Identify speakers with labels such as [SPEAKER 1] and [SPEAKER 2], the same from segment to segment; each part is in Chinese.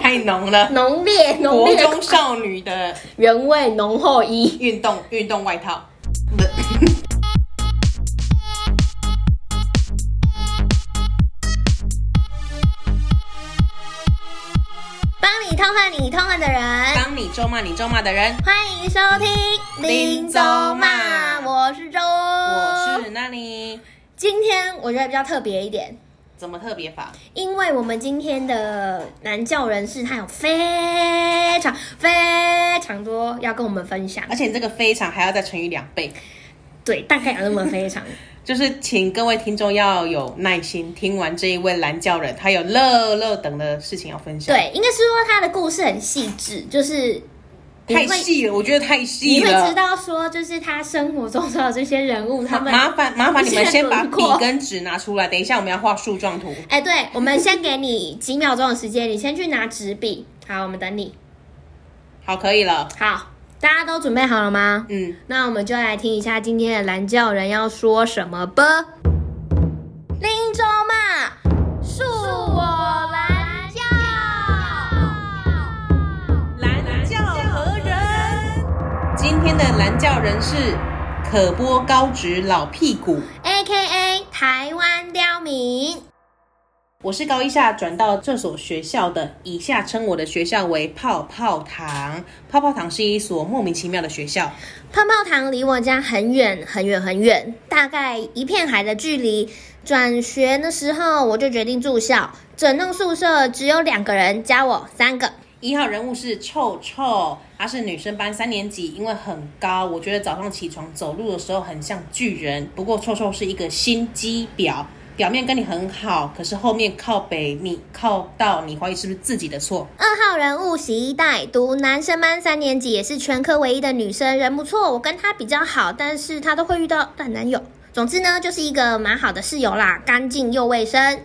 [SPEAKER 1] 最浓的
[SPEAKER 2] 浓烈浓
[SPEAKER 1] 国
[SPEAKER 2] 烈
[SPEAKER 1] 中
[SPEAKER 2] 的
[SPEAKER 1] 少女的
[SPEAKER 2] 原味浓厚衣，
[SPEAKER 1] 运动运动外套。
[SPEAKER 2] 帮你痛恨你痛恨的人。
[SPEAKER 1] 当你咒骂你咒骂的人，
[SPEAKER 2] 欢迎收听
[SPEAKER 1] 林州骂
[SPEAKER 2] 我是周，
[SPEAKER 1] 我是那里，
[SPEAKER 2] 今天我觉得比较特别一点，
[SPEAKER 1] 怎么特别法？
[SPEAKER 2] 因为我们今天的男教人士他有非常非常多要跟我们分享
[SPEAKER 1] 而，且这个非常还要再乘以两倍，
[SPEAKER 2] 对，大概有那么非常。
[SPEAKER 1] 就是请各位听众要有耐心，听完这一位蓝教人，他有乐乐等的事情要分享。，
[SPEAKER 2] 对，应该是说他的故事很细致，就是你
[SPEAKER 1] 太
[SPEAKER 2] 会
[SPEAKER 1] 细了，我觉得太细
[SPEAKER 2] 你会知
[SPEAKER 1] 了。
[SPEAKER 2] 道说，就是他生活中的这些人物，他们。
[SPEAKER 1] 麻烦麻烦你们先把
[SPEAKER 2] 一些轮
[SPEAKER 1] 笔
[SPEAKER 2] 廓
[SPEAKER 1] 跟纸拿出来，等一下我们要画树状图。
[SPEAKER 2] 哎、对，我们先给你几秒钟的时间，你先去拿纸笔。好，我们等你。
[SPEAKER 1] 好，可以了。
[SPEAKER 2] 好，大家都准备好了吗？
[SPEAKER 1] 嗯，
[SPEAKER 2] 那我们就来听一下今天的蓝教人要说什么吧。林州嘛，恕我蓝教。
[SPEAKER 1] 蓝教何人？今天的蓝教人是可播高职老屁股。
[SPEAKER 2] A K A 台湾刁民，
[SPEAKER 1] 我是高一下转到这所学校的，以下称我的学校为泡泡糖。泡泡糖是一所莫名其妙的学校，
[SPEAKER 2] 泡泡糖离我家很远很远很远，大概一片海的距离。转学的时候我就决定住校，整栋宿舍只有两个人，加我三个。
[SPEAKER 1] 一号人物是臭臭，她是女生班三年级，因为很高，我觉得早上起床走路的时候很像巨人。不过臭臭是一个心机婊，表面跟你很好，可是后面靠北你靠到你怀疑是不是自己的错。
[SPEAKER 2] 二号人物洗衣袋，读男生班三年级，也是全科唯一的女生，人不错，我跟她比较好，但是她都会遇到烂男友。总之呢，就是一个蛮好的室友啦，干净又卫生。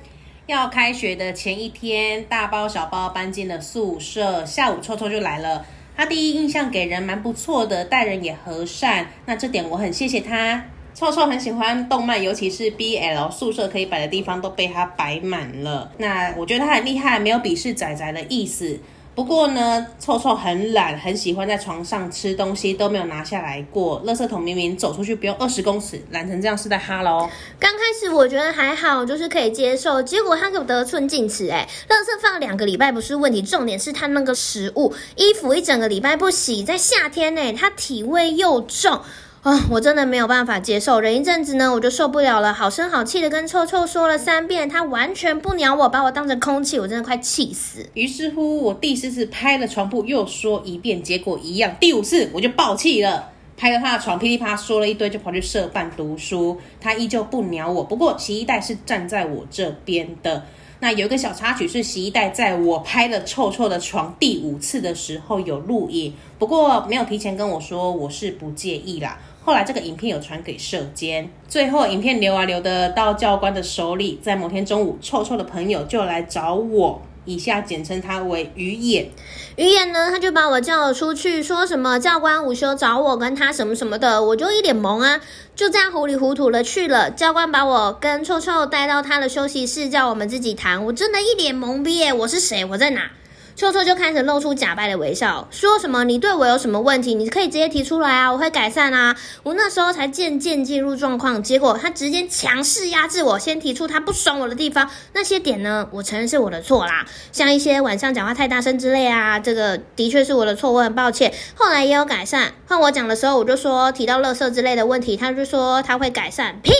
[SPEAKER 1] 要开学的前一天，大包小包搬进了宿舍。下午臭臭就来了，他第一印象给人蛮不错的，待人也和善，那这点我很谢谢他。臭臭很喜欢动漫，尤其是 BL，宿舍可以摆的地方都被他摆满了。那我觉得他很厉害，没有鄙视仔仔的意思。不过呢，臭臭很懒，很喜欢在床上吃东西，都没有拿下来过。垃圾桶明明走出去不用二十公尺，懒成这样是在哈喽。
[SPEAKER 2] 刚开始我觉得还好，就是可以接受，结果他给我得寸进尺、欸，哎，垃圾放两个礼拜不是问题，重点是他那个食物，衣服一整个礼拜不洗，在夏天呢、欸，他体味又重。啊、我真的没有办法接受。忍一阵子呢，我就受不了了，好声好气的跟臭臭说了三遍，他完全不鸟我，把我当成空气，我真的快气死。
[SPEAKER 1] 于是乎，我第四次拍了床铺，又说一遍，结果一样。第五次我就爆气了，拍了他的床，噼里啪啦说了一堆，就跑去社办读书。他依旧不鸟我，不过洗衣袋是站在我这边的。那有一个小插曲是，洗衣袋在我拍了臭臭的床第五次的时候有录影，不过没有提前跟我说，我是不介意啦。后来这个影片有传给社监，最后影片流啊流的到教官的手里。在某天中午，臭臭的朋友就来找我，以下简称他为鱼眼。
[SPEAKER 2] 鱼眼呢，他就把我叫了出去，说什么教官午休找我跟他什么什么的，我就一脸懵啊，就这样糊里糊涂的去了。教官把我跟臭臭带到他的休息室，叫我们自己谈，我真的一脸懵逼耶、我是谁？我在哪？臭臭就开始露出假掰的微笑，说什么“你对我有什么问题，你可以直接提出来啊，我会改善啊。”我那时候才渐渐进入状况，结果他直接强势压制我，先提出他不爽我的地方，那些点呢，我承认是我的错啦，像一些晚上讲话太大声之类啊，这个的确是我的错，我很抱歉。后来也有改善，换我讲的时候，我就说提到垃圾之类的问题，他就说他会改善，屁。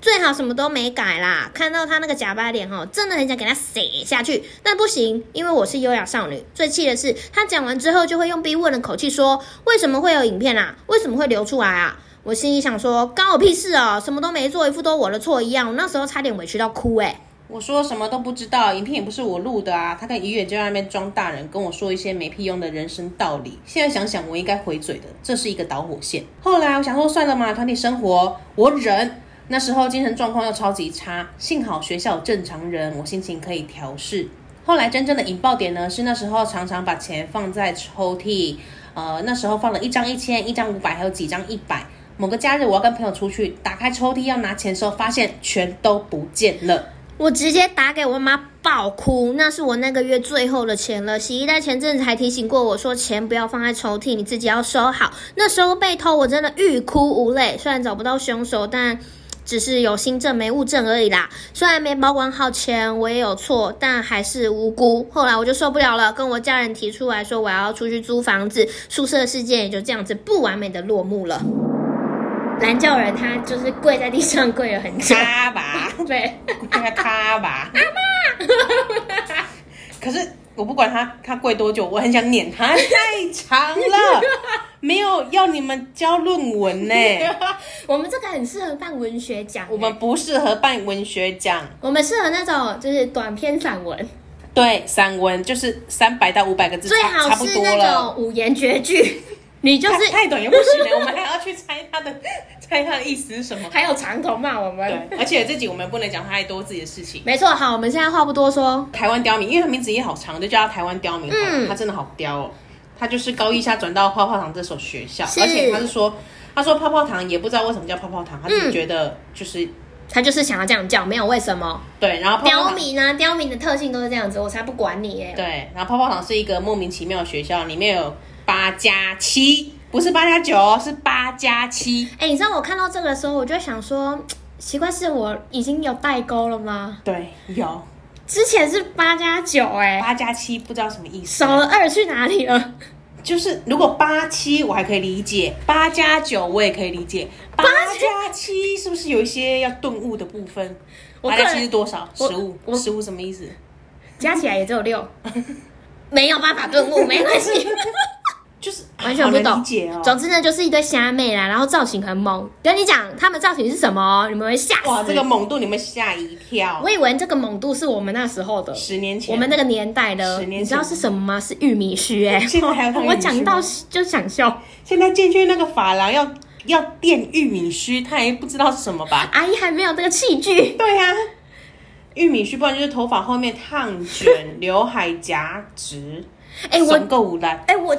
[SPEAKER 2] 最好什么都没改啦。看到他那个假白脸哦，真的很想给他写下去，但不行，因为我是优雅少女。最气的是，他讲完之后就会用逼问的口气说：“为什么会有影片啊？为什么会流出来啊？”我心里想说，关我屁事哦，什么都没做，一副都我的错一样。我那时候差点委屈到哭欸诶、
[SPEAKER 1] 我说什么都不知道，影片也不是我录的啊。他跟鱼眼就在那边装大人，跟我说一些没屁用的人生道理。现在想想，我应该回嘴的，这是一个导火线。后来我想说，算了嘛，团体生活，我忍。那时候精神状况又超级差，幸好学校有正常人，我心情可以调试。后来真正的引爆点呢，是那时候常常把钱放在抽屉，呃，那时候放了一张一千、一张五百，还有几张一百。某个假日我要跟朋友出去，打开抽屉要拿钱的时候，发现全都不见了。
[SPEAKER 2] 我直接打给我妈爆哭，那是我那个月最后的钱了。洗衣袋前阵子还提醒过我说，钱不要放在抽屉，你自己要收好。那时候被偷，我真的欲哭无泪。虽然找不到凶手，但只是有心证没物证而已啦。虽然没保管好钱，我也有错，但还是无辜。后来我就受不了了，跟我家人提出来说我要出去租房子。宿舍事件也就这样子不完美的落幕了。蓝教人他就是跪在地上跪了很 久，
[SPEAKER 1] 咔吧，
[SPEAKER 2] 对。
[SPEAKER 1] 看他咔吧，可是我不管他他跪多久，我很想撵他，太长 了，没有要你们交论文呢、
[SPEAKER 2] 我们这个很适合办文学奖、 欸
[SPEAKER 1] 我们不适合办文学奖，
[SPEAKER 2] 我们适合那种就是短篇散文，
[SPEAKER 1] 对，散文就是三百到五百个字，
[SPEAKER 2] 最
[SPEAKER 1] 差
[SPEAKER 2] 好
[SPEAKER 1] 差不
[SPEAKER 2] 是
[SPEAKER 1] 多
[SPEAKER 2] 那
[SPEAKER 1] 了。
[SPEAKER 2] 种五言绝句， 你就
[SPEAKER 1] 太
[SPEAKER 2] 是
[SPEAKER 1] 太短也不行 了，我们还要去猜他的，猜他的意思是什 么。
[SPEAKER 2] 还有长头骂我们。
[SPEAKER 1] 对，而且这集我们不能讲太多自己的事情。
[SPEAKER 2] 没错，好，我们现在话不多说。
[SPEAKER 1] 台湾刁民，因为他名字也好长，就叫他台湾刁民好了。
[SPEAKER 2] 嗯
[SPEAKER 1] 他真的好刁哦，他就是高一下转到泡泡糖这所学校，
[SPEAKER 2] 是
[SPEAKER 1] 而且他是说，他说泡泡糖也不知道为什么叫泡泡糖，他只觉得就是、
[SPEAKER 2] 他就是想要这样叫，没有为什么。
[SPEAKER 1] 对，然后泡泡
[SPEAKER 2] 刁
[SPEAKER 1] 糖。
[SPEAKER 2] 民啊，刁民的特性都是这样子，我才不管你耶。
[SPEAKER 1] 对，然后泡泡糖是一个莫名其妙的学校，里面有八加七，不是八加九哦，是八加七。
[SPEAKER 2] 哎、你知道我看到这个的时候，我就想说，奇怪，是我已经有代沟了吗？
[SPEAKER 1] 对，有
[SPEAKER 2] 之前是八加九，哎，
[SPEAKER 1] 八加七，不知道什么意思。
[SPEAKER 2] 少了二去哪里了？
[SPEAKER 1] 就是如果八七我还可以理解，八加九我也可以理解，八加七是不是有一些要顿悟的部分？
[SPEAKER 2] 我
[SPEAKER 1] 八
[SPEAKER 2] 个人
[SPEAKER 1] 加七是多少？
[SPEAKER 2] 我
[SPEAKER 1] 十五？
[SPEAKER 2] 我
[SPEAKER 1] 十五什么意思？
[SPEAKER 2] 加起来也只有六，没有办法顿悟，没 关系。
[SPEAKER 1] 就是
[SPEAKER 2] 完全不
[SPEAKER 1] 好
[SPEAKER 2] 懂
[SPEAKER 1] 难理解哦。
[SPEAKER 2] 总之呢，就是一对虾妹啦，然后造型很猛。跟你讲，他们造型是什么哦，你们会吓死。
[SPEAKER 1] 哇，这个猛度你们吓一跳
[SPEAKER 2] 我！以为这个猛度是我们那时候的，
[SPEAKER 1] 十年前
[SPEAKER 2] 我们那个年代的，
[SPEAKER 1] 十年前
[SPEAKER 2] 你知道是什么吗？是玉米须哎、
[SPEAKER 1] 现在还有
[SPEAKER 2] 我讲到
[SPEAKER 1] 玉米须吗
[SPEAKER 2] 就想笑，
[SPEAKER 1] 现在进去那个发廊要要垫玉米须，他也不知道是什么 吧？
[SPEAKER 2] 阿姨还没有这个器具。
[SPEAKER 1] 对呀、玉米须，不然就是头发后面烫卷， 刘海夹直，
[SPEAKER 2] 哎、我
[SPEAKER 1] 神够无赖。
[SPEAKER 2] 哎、我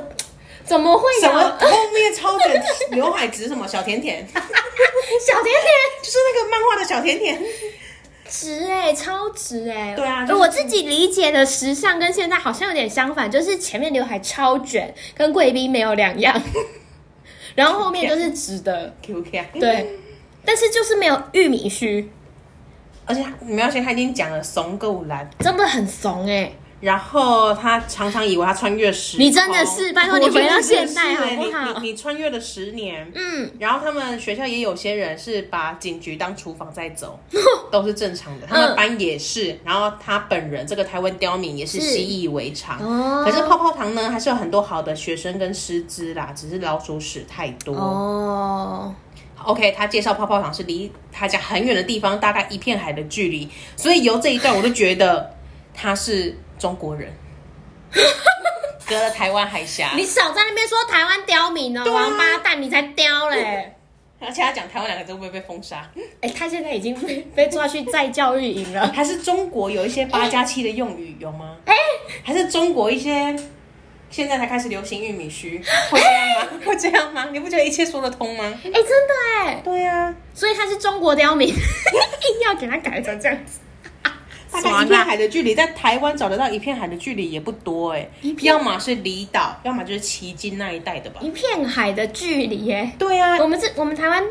[SPEAKER 2] 怎么会有
[SPEAKER 1] 什么后面超短刘海直什么小甜 甜，就
[SPEAKER 2] 小甜甜
[SPEAKER 1] 是那个漫画的小甜甜，
[SPEAKER 2] 直哎、超直哎、
[SPEAKER 1] 对啊就是
[SPEAKER 2] 我自己理解的时尚跟现在好像有点相反，就是前面刘海超卷，跟贵宾没有两样， 然后后面就是直的。
[SPEAKER 1] Q K。，
[SPEAKER 2] 对，但是就是没有玉米须，
[SPEAKER 1] 而且你们要先，他已经讲了怂够蓝，
[SPEAKER 2] 真的很怂哎、
[SPEAKER 1] 然后他常常以为他穿越时空，
[SPEAKER 2] 你真的是拜托你
[SPEAKER 1] 我觉得
[SPEAKER 2] 回到
[SPEAKER 1] 你真的
[SPEAKER 2] 现代
[SPEAKER 1] 是欸
[SPEAKER 2] 好不好
[SPEAKER 1] 你你你穿越了十年。
[SPEAKER 2] 嗯，
[SPEAKER 1] 然后他们学校也有些人是把警局当厨房在 走，都是正
[SPEAKER 2] 嗯
[SPEAKER 1] 常的。他们班也是，然后他本人这个台湾刁民也是
[SPEAKER 2] 是
[SPEAKER 1] 习以为常。
[SPEAKER 2] 哦
[SPEAKER 1] 可是泡泡糖呢，还是有很多好的学生跟师资啦，只是老鼠屎太多。
[SPEAKER 2] 哦，
[SPEAKER 1] OK，他介绍泡泡糖是离他家很远的地方，大概一片海的距离，所以由这一段我就觉得他是中国 人，隔了台湾海峡，
[SPEAKER 2] 你少在那边说台湾刁民哦、
[SPEAKER 1] 对啊
[SPEAKER 2] 王八蛋，你才刁嘞、
[SPEAKER 1] 而且他讲台湾两个字会不会被封杀？
[SPEAKER 2] 哎、他现在已经被被抓去再教育营了。 哎
[SPEAKER 1] 还是中国有一些八加七的用语有吗？还是中国一些现在才开始流行玉米须，会这样吗？会这 样吗？你不觉得一切说得通吗？
[SPEAKER 2] 哎、真的哎、
[SPEAKER 1] 对啊，
[SPEAKER 2] 所以他是中国刁民， 硬要给他改成这样子。
[SPEAKER 1] 大概一啊片海的距离，在台湾找得到一片海的距离也不多哎、
[SPEAKER 2] 一片
[SPEAKER 1] 要么是离岛，要么就是旗津那一带的吧。
[SPEAKER 2] 一片海的距离耶、
[SPEAKER 1] 对啊，
[SPEAKER 2] 我们这我们台湾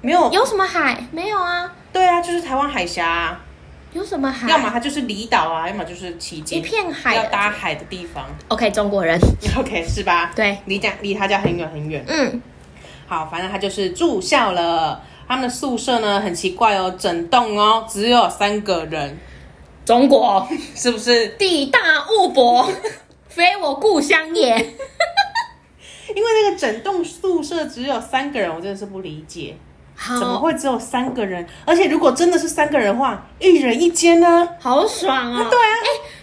[SPEAKER 1] 没有，
[SPEAKER 2] 有什么海？没有啊，
[SPEAKER 1] 对啊，就是台湾海峡、啊，
[SPEAKER 2] 有什么海？
[SPEAKER 1] 要么它就是离岛啊，要么就是旗津，
[SPEAKER 2] 一片海
[SPEAKER 1] 要搭海的地方。
[SPEAKER 2] OK 中国人，
[SPEAKER 1] OK，是吧？
[SPEAKER 2] 对，
[SPEAKER 1] 离家离他家很远很远。
[SPEAKER 2] 嗯，
[SPEAKER 1] 好，反正他就是住校了。他们的宿舍呢很奇怪哦，整栋哦只有三个人，
[SPEAKER 2] 中国。
[SPEAKER 1] 是不是？
[SPEAKER 2] 地大物博，非我故乡也。
[SPEAKER 1] 因为那个整栋宿舍只有三个人，我真的是不理解，
[SPEAKER 2] 好，
[SPEAKER 1] 怎么会只有三个人？而且如果真的是三个人的话，一人一间呢？
[SPEAKER 2] 好爽哦！
[SPEAKER 1] 对啊，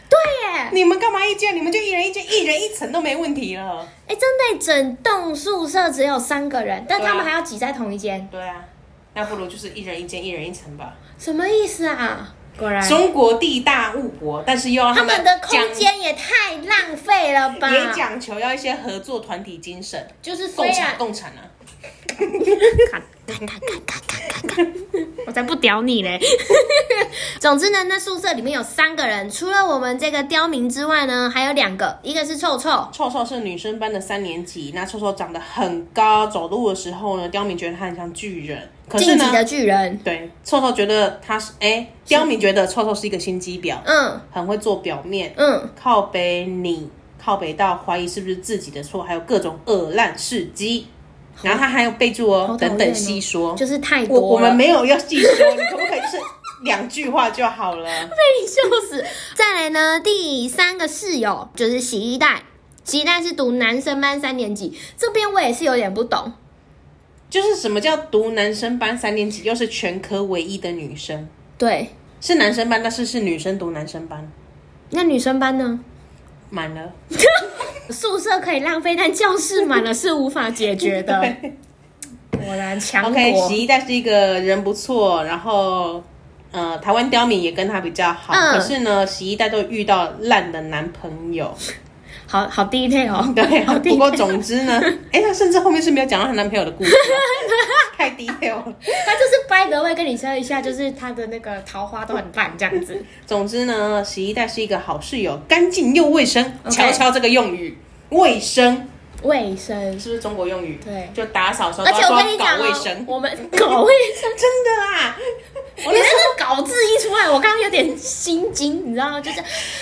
[SPEAKER 2] 对耶，
[SPEAKER 1] 你们干嘛一间？你们就一人一间，一人一层都没问题了。
[SPEAKER 2] 哎，真的，整栋宿舍只有三个人，但
[SPEAKER 1] 对啊
[SPEAKER 2] 他们还要挤在同一间，
[SPEAKER 1] 对啊，那不如就是一人一间，一人一层吧。
[SPEAKER 2] 什么意思啊？果然，
[SPEAKER 1] 中国地大物博，但是又要
[SPEAKER 2] 他
[SPEAKER 1] 们
[SPEAKER 2] 们的空
[SPEAKER 1] 讲
[SPEAKER 2] 间也太浪费了吧？
[SPEAKER 1] 也讲求要一些合作团体精神，
[SPEAKER 2] 就是虽
[SPEAKER 1] 共
[SPEAKER 2] 然
[SPEAKER 1] 产共产啊。
[SPEAKER 2] 看，看，看，看，看，看，看，看，我才不屌你嘞！ 总之呢，那宿舍里面有三个人，除了我们这个刁民之外呢，还有两个，一个是臭臭，
[SPEAKER 1] 臭臭是女生班的三年级，那臭臭长得很高，走路的时候呢，刁民觉得他很像巨人，可是
[SPEAKER 2] 晋级
[SPEAKER 1] 呢，
[SPEAKER 2] 的巨人，
[SPEAKER 1] 对，臭臭觉得他是，哎、刁民觉得臭臭是一个心机婊，
[SPEAKER 2] 嗯
[SPEAKER 1] 很会做表面，
[SPEAKER 2] 嗯，
[SPEAKER 1] 靠北你靠北到怀疑是不是自己的错，还有各种恶烂事迹，然后他还有备注
[SPEAKER 2] 好讨
[SPEAKER 1] 哦，
[SPEAKER 2] 厌
[SPEAKER 1] 等
[SPEAKER 2] 哦
[SPEAKER 1] 等细说，
[SPEAKER 2] 就是啊太多
[SPEAKER 1] 我
[SPEAKER 2] 了，
[SPEAKER 1] 我们没有要细说，你可不可以就是两句话就好 了？
[SPEAKER 2] 被笑死。再来呢，第三个室友就是洗衣袋，洗衣袋是读男生班三年级，这边我也是有点不懂，
[SPEAKER 1] 就是什么叫读男生班三年级，又是全科唯一的女生，
[SPEAKER 2] 对，
[SPEAKER 1] 是男生班，但是是女生读男生班，
[SPEAKER 2] 那女生班呢？
[SPEAKER 1] 满了。
[SPEAKER 2] 宿舍可以浪费，但教室满了是无法解决 的。果然强国
[SPEAKER 1] OK，洗衣袋是一个人不错，然后呃，台湾刁民也跟他比较好，
[SPEAKER 2] 嗯
[SPEAKER 1] 可是呢，洗衣袋都遇到烂的男朋友。
[SPEAKER 2] 好好 detail 哦。
[SPEAKER 1] 对，啊
[SPEAKER 2] 好 detail
[SPEAKER 1] 不过总之呢，哎，她甚至后面是没有讲到她男朋友的故事啊， 太 detail 了。
[SPEAKER 2] 他就是掰的会跟你说一下，就是他的那个桃花都很烂这样 子。
[SPEAKER 1] 总之呢，洗衣袋是一个好室友，干净又卫生。
[SPEAKER 2] OK
[SPEAKER 1] 瞧瞧这个用语，卫生
[SPEAKER 2] 卫生，
[SPEAKER 1] 是不是中国用语？
[SPEAKER 2] 对
[SPEAKER 1] 就打扫的时候
[SPEAKER 2] 而且
[SPEAKER 1] 都
[SPEAKER 2] 我
[SPEAKER 1] 要
[SPEAKER 2] 跟你
[SPEAKER 1] 搞
[SPEAKER 2] 讲
[SPEAKER 1] 卫
[SPEAKER 2] 哦
[SPEAKER 1] 生，，
[SPEAKER 2] 我们搞卫 生，
[SPEAKER 1] 真的啊 啦。
[SPEAKER 2] 我那个“搞”字一出来，我刚刚有点心惊，你知道吗？就是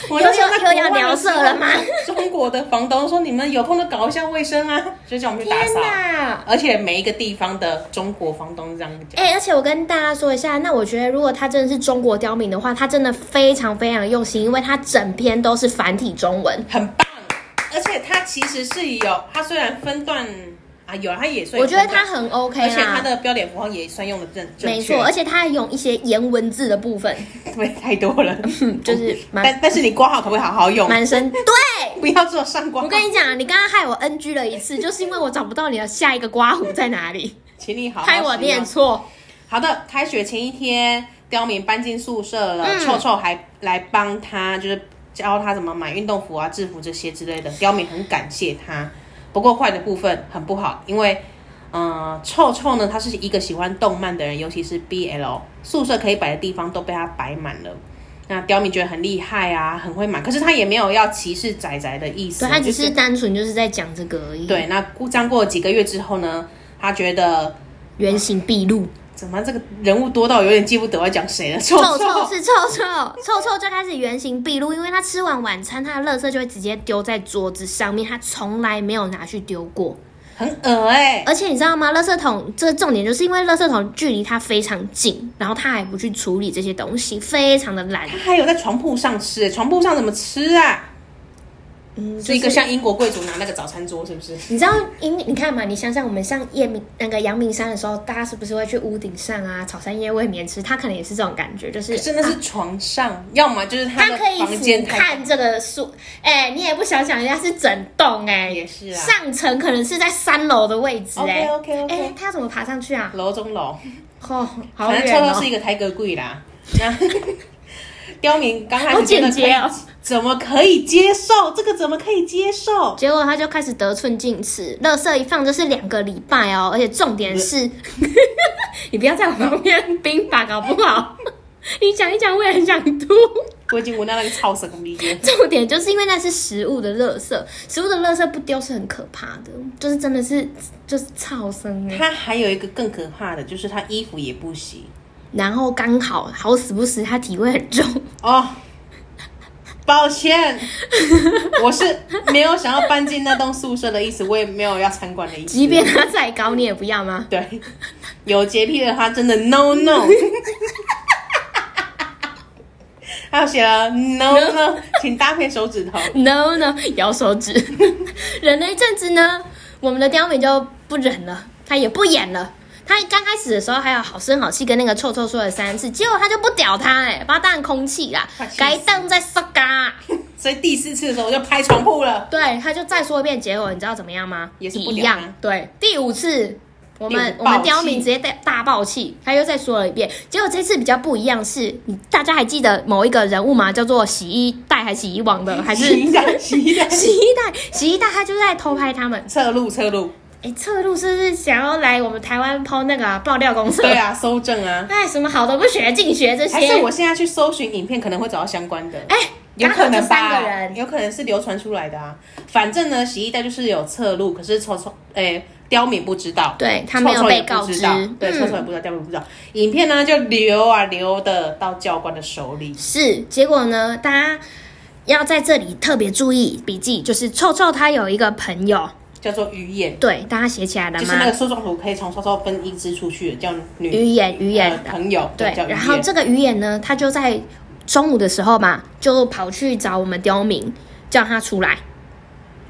[SPEAKER 1] 我
[SPEAKER 2] 又
[SPEAKER 1] 那时候在
[SPEAKER 2] 又又要
[SPEAKER 1] 国外的
[SPEAKER 2] 聊
[SPEAKER 1] 时
[SPEAKER 2] 色
[SPEAKER 1] 候
[SPEAKER 2] 了吗？？
[SPEAKER 1] 中国的房东说：“你们有空就搞一下卫生啊！”就叫我们去打
[SPEAKER 2] 天
[SPEAKER 1] 扫。
[SPEAKER 2] 哪！
[SPEAKER 1] 而且每一个地方的中国房东这样讲，
[SPEAKER 2] 哎、而且我跟大家说一下，那我觉得如果他真的是中国刁民的话，他真的非常非常用心，因为他整篇都是繁体中文。
[SPEAKER 1] 很棒。而且它其实是有，它虽然分段啊有啊，它也算
[SPEAKER 2] 我
[SPEAKER 1] 有
[SPEAKER 2] 觉得
[SPEAKER 1] 分段
[SPEAKER 2] 他很 OK 啦，
[SPEAKER 1] 而且它的标点符号也算用的正正
[SPEAKER 2] 没
[SPEAKER 1] 确，
[SPEAKER 2] 错，而且他还用一些颜文字的部分，
[SPEAKER 1] 对太多了。
[SPEAKER 2] 嗯， 就是蛮
[SPEAKER 1] 但但是你挂号可不可以好好用？
[SPEAKER 2] 蛮深。对，
[SPEAKER 1] 不要做上挂
[SPEAKER 2] 我。跟你讲，你刚刚害我 NG 了一次，就是因为我找不到你的下一个刮胡在哪里，
[SPEAKER 1] 请 你好好
[SPEAKER 2] 害我
[SPEAKER 1] 使用
[SPEAKER 2] 念错。
[SPEAKER 1] 好的，开学前一天，刁民搬进宿舍了，
[SPEAKER 2] 嗯
[SPEAKER 1] 臭臭还来帮他，就是教他怎么买运动服啊、制服这些之类的。刁民很感谢他，不过坏的部分很不好，因为。呃，臭臭呢，他是一个喜欢动漫的人，尤其是 BL，宿舍可以摆的地方都被他摆满了。那刁民觉得很厉害啊，很会买，可是他也没有要歧视仔仔的意思，
[SPEAKER 2] 对他只
[SPEAKER 1] 就是
[SPEAKER 2] 单纯就是在讲这个而已。，
[SPEAKER 1] 对。那过这样过了几个月之后呢，他觉得
[SPEAKER 2] 原形毕 露，
[SPEAKER 1] 怎么这个人物多到有点记不得我要讲谁了？臭
[SPEAKER 2] 臭臭是臭臭，臭 臭就开始原形毕露，因为他吃完晚餐，他的垃圾就会直接丢在桌子上面，他从来没有拿去丢过。
[SPEAKER 1] 很恶哎、
[SPEAKER 2] 而且你知道吗？垃圾桶这重点就是因为垃圾桶距离他非常近，然后他还不去处理这些东西，非常的懒
[SPEAKER 1] 他。还有在床铺上吃、欸，床铺上怎么吃啊？
[SPEAKER 2] 嗯，
[SPEAKER 1] 是一个像英国贵族拿那个早餐桌，是不是？
[SPEAKER 2] 你知道，因为你看嘛，你想想我们上夜明那个阳明山的时候，大家是不是会去屋顶上啊，草山夜未眠吃？他可能也是这种感觉，就是
[SPEAKER 1] 可哎是那是床上，要么就是他
[SPEAKER 2] 他
[SPEAKER 1] 的
[SPEAKER 2] 可以
[SPEAKER 1] 房间
[SPEAKER 2] 俯
[SPEAKER 1] 太
[SPEAKER 2] 瞰这个树，哎、你也不想想，人家是整栋哎、
[SPEAKER 1] 也是啊
[SPEAKER 2] 上层可能是在三楼的位置哎、
[SPEAKER 1] OK OK
[SPEAKER 2] 哎、
[SPEAKER 1] OK，
[SPEAKER 2] 他怎么爬上去啊？
[SPEAKER 1] 楼中楼，
[SPEAKER 2] 哦，好
[SPEAKER 1] 反正臭
[SPEAKER 2] 远
[SPEAKER 1] 臭
[SPEAKER 2] 哦
[SPEAKER 1] 是。一个台格贵啦。那 刁民刚开
[SPEAKER 2] 好
[SPEAKER 1] 始觉得
[SPEAKER 2] 简洁哦
[SPEAKER 1] 可以怎么可以接受？这个怎么可以接受？
[SPEAKER 2] 结果他就开始得寸进尺，垃圾一放就是两个礼拜哦，而且重点是， 你不要在我旁边冰吧，搞不好 你讲一讲我也很想吐。
[SPEAKER 1] 我已经闻到那个臭死公逼了。
[SPEAKER 2] 重点就是因为那是食物的垃圾，食物的垃圾不丢是很可怕的，就是真的是就是超生哎。
[SPEAKER 1] 他还有一个更可怕的，就是他衣服也不洗
[SPEAKER 2] 然后刚好好死不死，他体味很重，
[SPEAKER 1] 哦。抱 歉，我是没有想要搬进那栋宿舍的意思，我也没有要参观的意思。
[SPEAKER 2] 即便他再高，你也不要吗？
[SPEAKER 1] 对，有洁癖的他真的 no no。还有写了 no no，请搭配手指头。
[SPEAKER 2] No No，摇手指。 忍了一阵子呢，我们的刁美就不忍了，他也不演了。他刚开始的时候还有好声好气跟那个臭臭说了三次，结果他就不屌他哎、把他当空气啦
[SPEAKER 1] 他气，死
[SPEAKER 2] 该当在撒嘎。
[SPEAKER 1] 所以第四次的时候我就拍床铺了。
[SPEAKER 2] 对，他就再说一遍，结果你知道怎么样吗？
[SPEAKER 1] 也是不
[SPEAKER 2] 一
[SPEAKER 1] 屌他
[SPEAKER 2] 样。对，第五次我们
[SPEAKER 1] 令
[SPEAKER 2] 我
[SPEAKER 1] 暴
[SPEAKER 2] 们
[SPEAKER 1] 气
[SPEAKER 2] 刁民直接大大爆气，他又再说了一遍。结果这次比较不一样是，你大家还记得某一个人物吗？叫做洗衣袋还是洗衣 网的， 还是
[SPEAKER 1] 洗衣 袋，洗衣袋，
[SPEAKER 2] 洗衣袋？洗衣袋他就在偷拍他们。
[SPEAKER 1] 侧录侧录，
[SPEAKER 2] 哎，侧路是不是想要来我们台湾抛那个啊、爆料公社？
[SPEAKER 1] 对啊，搜证啊，
[SPEAKER 2] 哎，什么好的不学，净学这些。
[SPEAKER 1] 还是我现在去搜寻影片，可能会找到相关的。
[SPEAKER 2] 哎，
[SPEAKER 1] 有
[SPEAKER 2] 刚好
[SPEAKER 1] 可
[SPEAKER 2] 就
[SPEAKER 1] 能
[SPEAKER 2] 三
[SPEAKER 1] 吧
[SPEAKER 2] 个人，
[SPEAKER 1] 有可能是流传出来的啊。反正呢，洗衣袋就是有侧录，可是臭臭诶、刁民不知道，
[SPEAKER 2] 对他没有被告
[SPEAKER 1] 臭臭也不
[SPEAKER 2] 知
[SPEAKER 1] 知道，对，
[SPEAKER 2] 嗯
[SPEAKER 1] 臭臭也不知道，刁民不知道。影片呢就流啊流的到教官的手里，
[SPEAKER 2] 是，结果呢，大家要在这里特别注意笔记，就是臭臭他有一个朋友，
[SPEAKER 1] 叫做鱼眼，
[SPEAKER 2] 对，大家写起来了
[SPEAKER 1] 就是那个
[SPEAKER 2] 吗？
[SPEAKER 1] 树状图可以从臭臭分一支出去的，叫女
[SPEAKER 2] 鱼眼，鱼眼，
[SPEAKER 1] 呃朋友，
[SPEAKER 2] 对
[SPEAKER 1] 叫鱼，眼
[SPEAKER 2] 然后这个鱼眼呢，他就在中午的时候嘛，就跑去找我们刁民，叫他出来。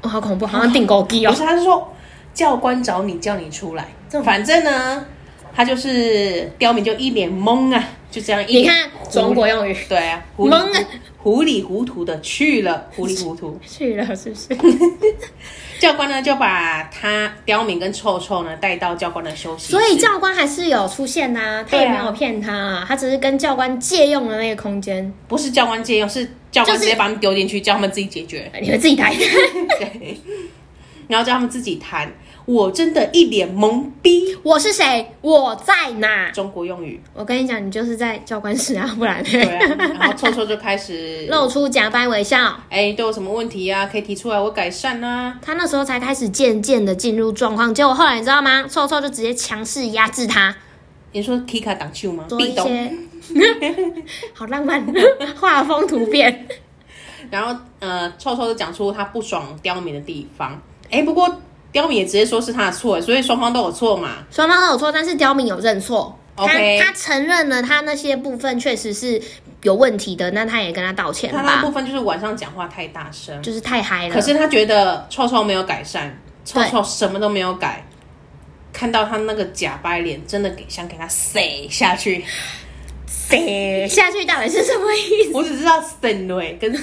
[SPEAKER 2] 哦，好恐怖，好像订狗机
[SPEAKER 1] 不
[SPEAKER 2] 哦
[SPEAKER 1] 是，。他是说教官找你，叫你出来。反正呢，他就是刁民就一脸懵啊，就这样一
[SPEAKER 2] 你
[SPEAKER 1] 脸
[SPEAKER 2] 看中国用语
[SPEAKER 1] 对啊，糊里
[SPEAKER 2] 懵啊
[SPEAKER 1] 糊里糊涂的去 了，糊里糊涂。
[SPEAKER 2] 去了是不是？
[SPEAKER 1] 教官呢就把他刁民跟臭臭呢带到教官的休息室，
[SPEAKER 2] 所以教官还是有出现呐、他也
[SPEAKER 1] 对啊
[SPEAKER 2] 没有骗他、啊，他只是跟教官借用了那个空间，
[SPEAKER 1] 不是教官借用，是教官
[SPEAKER 2] 就是
[SPEAKER 1] 直接把他们丢进去，叫他们自己解 决。
[SPEAKER 2] 你们自己来。
[SPEAKER 1] 对，然后叫他们自己谈。我真的一脸懵逼，
[SPEAKER 2] 我是谁？我在哪？
[SPEAKER 1] 中国用 语。
[SPEAKER 2] 我跟你讲，你就是在教官室啊，不 然呢
[SPEAKER 1] 对啊，然后臭臭就开始
[SPEAKER 2] 露出假掰微笑。
[SPEAKER 1] 哎，都有什么问题啊？可以提出来，我改善啊。
[SPEAKER 2] 他那时候才开始渐渐的进入状况，结果后来你知道吗？臭臭就直接强势压制他，
[SPEAKER 1] 你说 Kika 挡球吗？
[SPEAKER 2] 做
[SPEAKER 1] 壁
[SPEAKER 2] 一
[SPEAKER 1] 咚。
[SPEAKER 2] 些 好浪漫，画风突变。
[SPEAKER 1] 然后呃，臭臭就讲出他不爽刁民的地方。哎，不过刁民也直接说是他的错，所以双方都有错嘛。
[SPEAKER 2] 双方都有错，但是刁民有认错。他
[SPEAKER 1] OK
[SPEAKER 2] 他承认了他那些部分确实是有问题的，那他也跟他道歉
[SPEAKER 1] 他
[SPEAKER 2] 了
[SPEAKER 1] 那
[SPEAKER 2] 吧
[SPEAKER 1] 部，分就是晚上讲话太大声，
[SPEAKER 2] 就是太嗨了。
[SPEAKER 1] 可是他觉得臭臭没有改善，臭
[SPEAKER 2] 对
[SPEAKER 1] 臭什么都没有改。看到他那个假白脸，真的给想给他塞下去。
[SPEAKER 2] 塞下去到底是什么意思？
[SPEAKER 1] 我只知道省略跟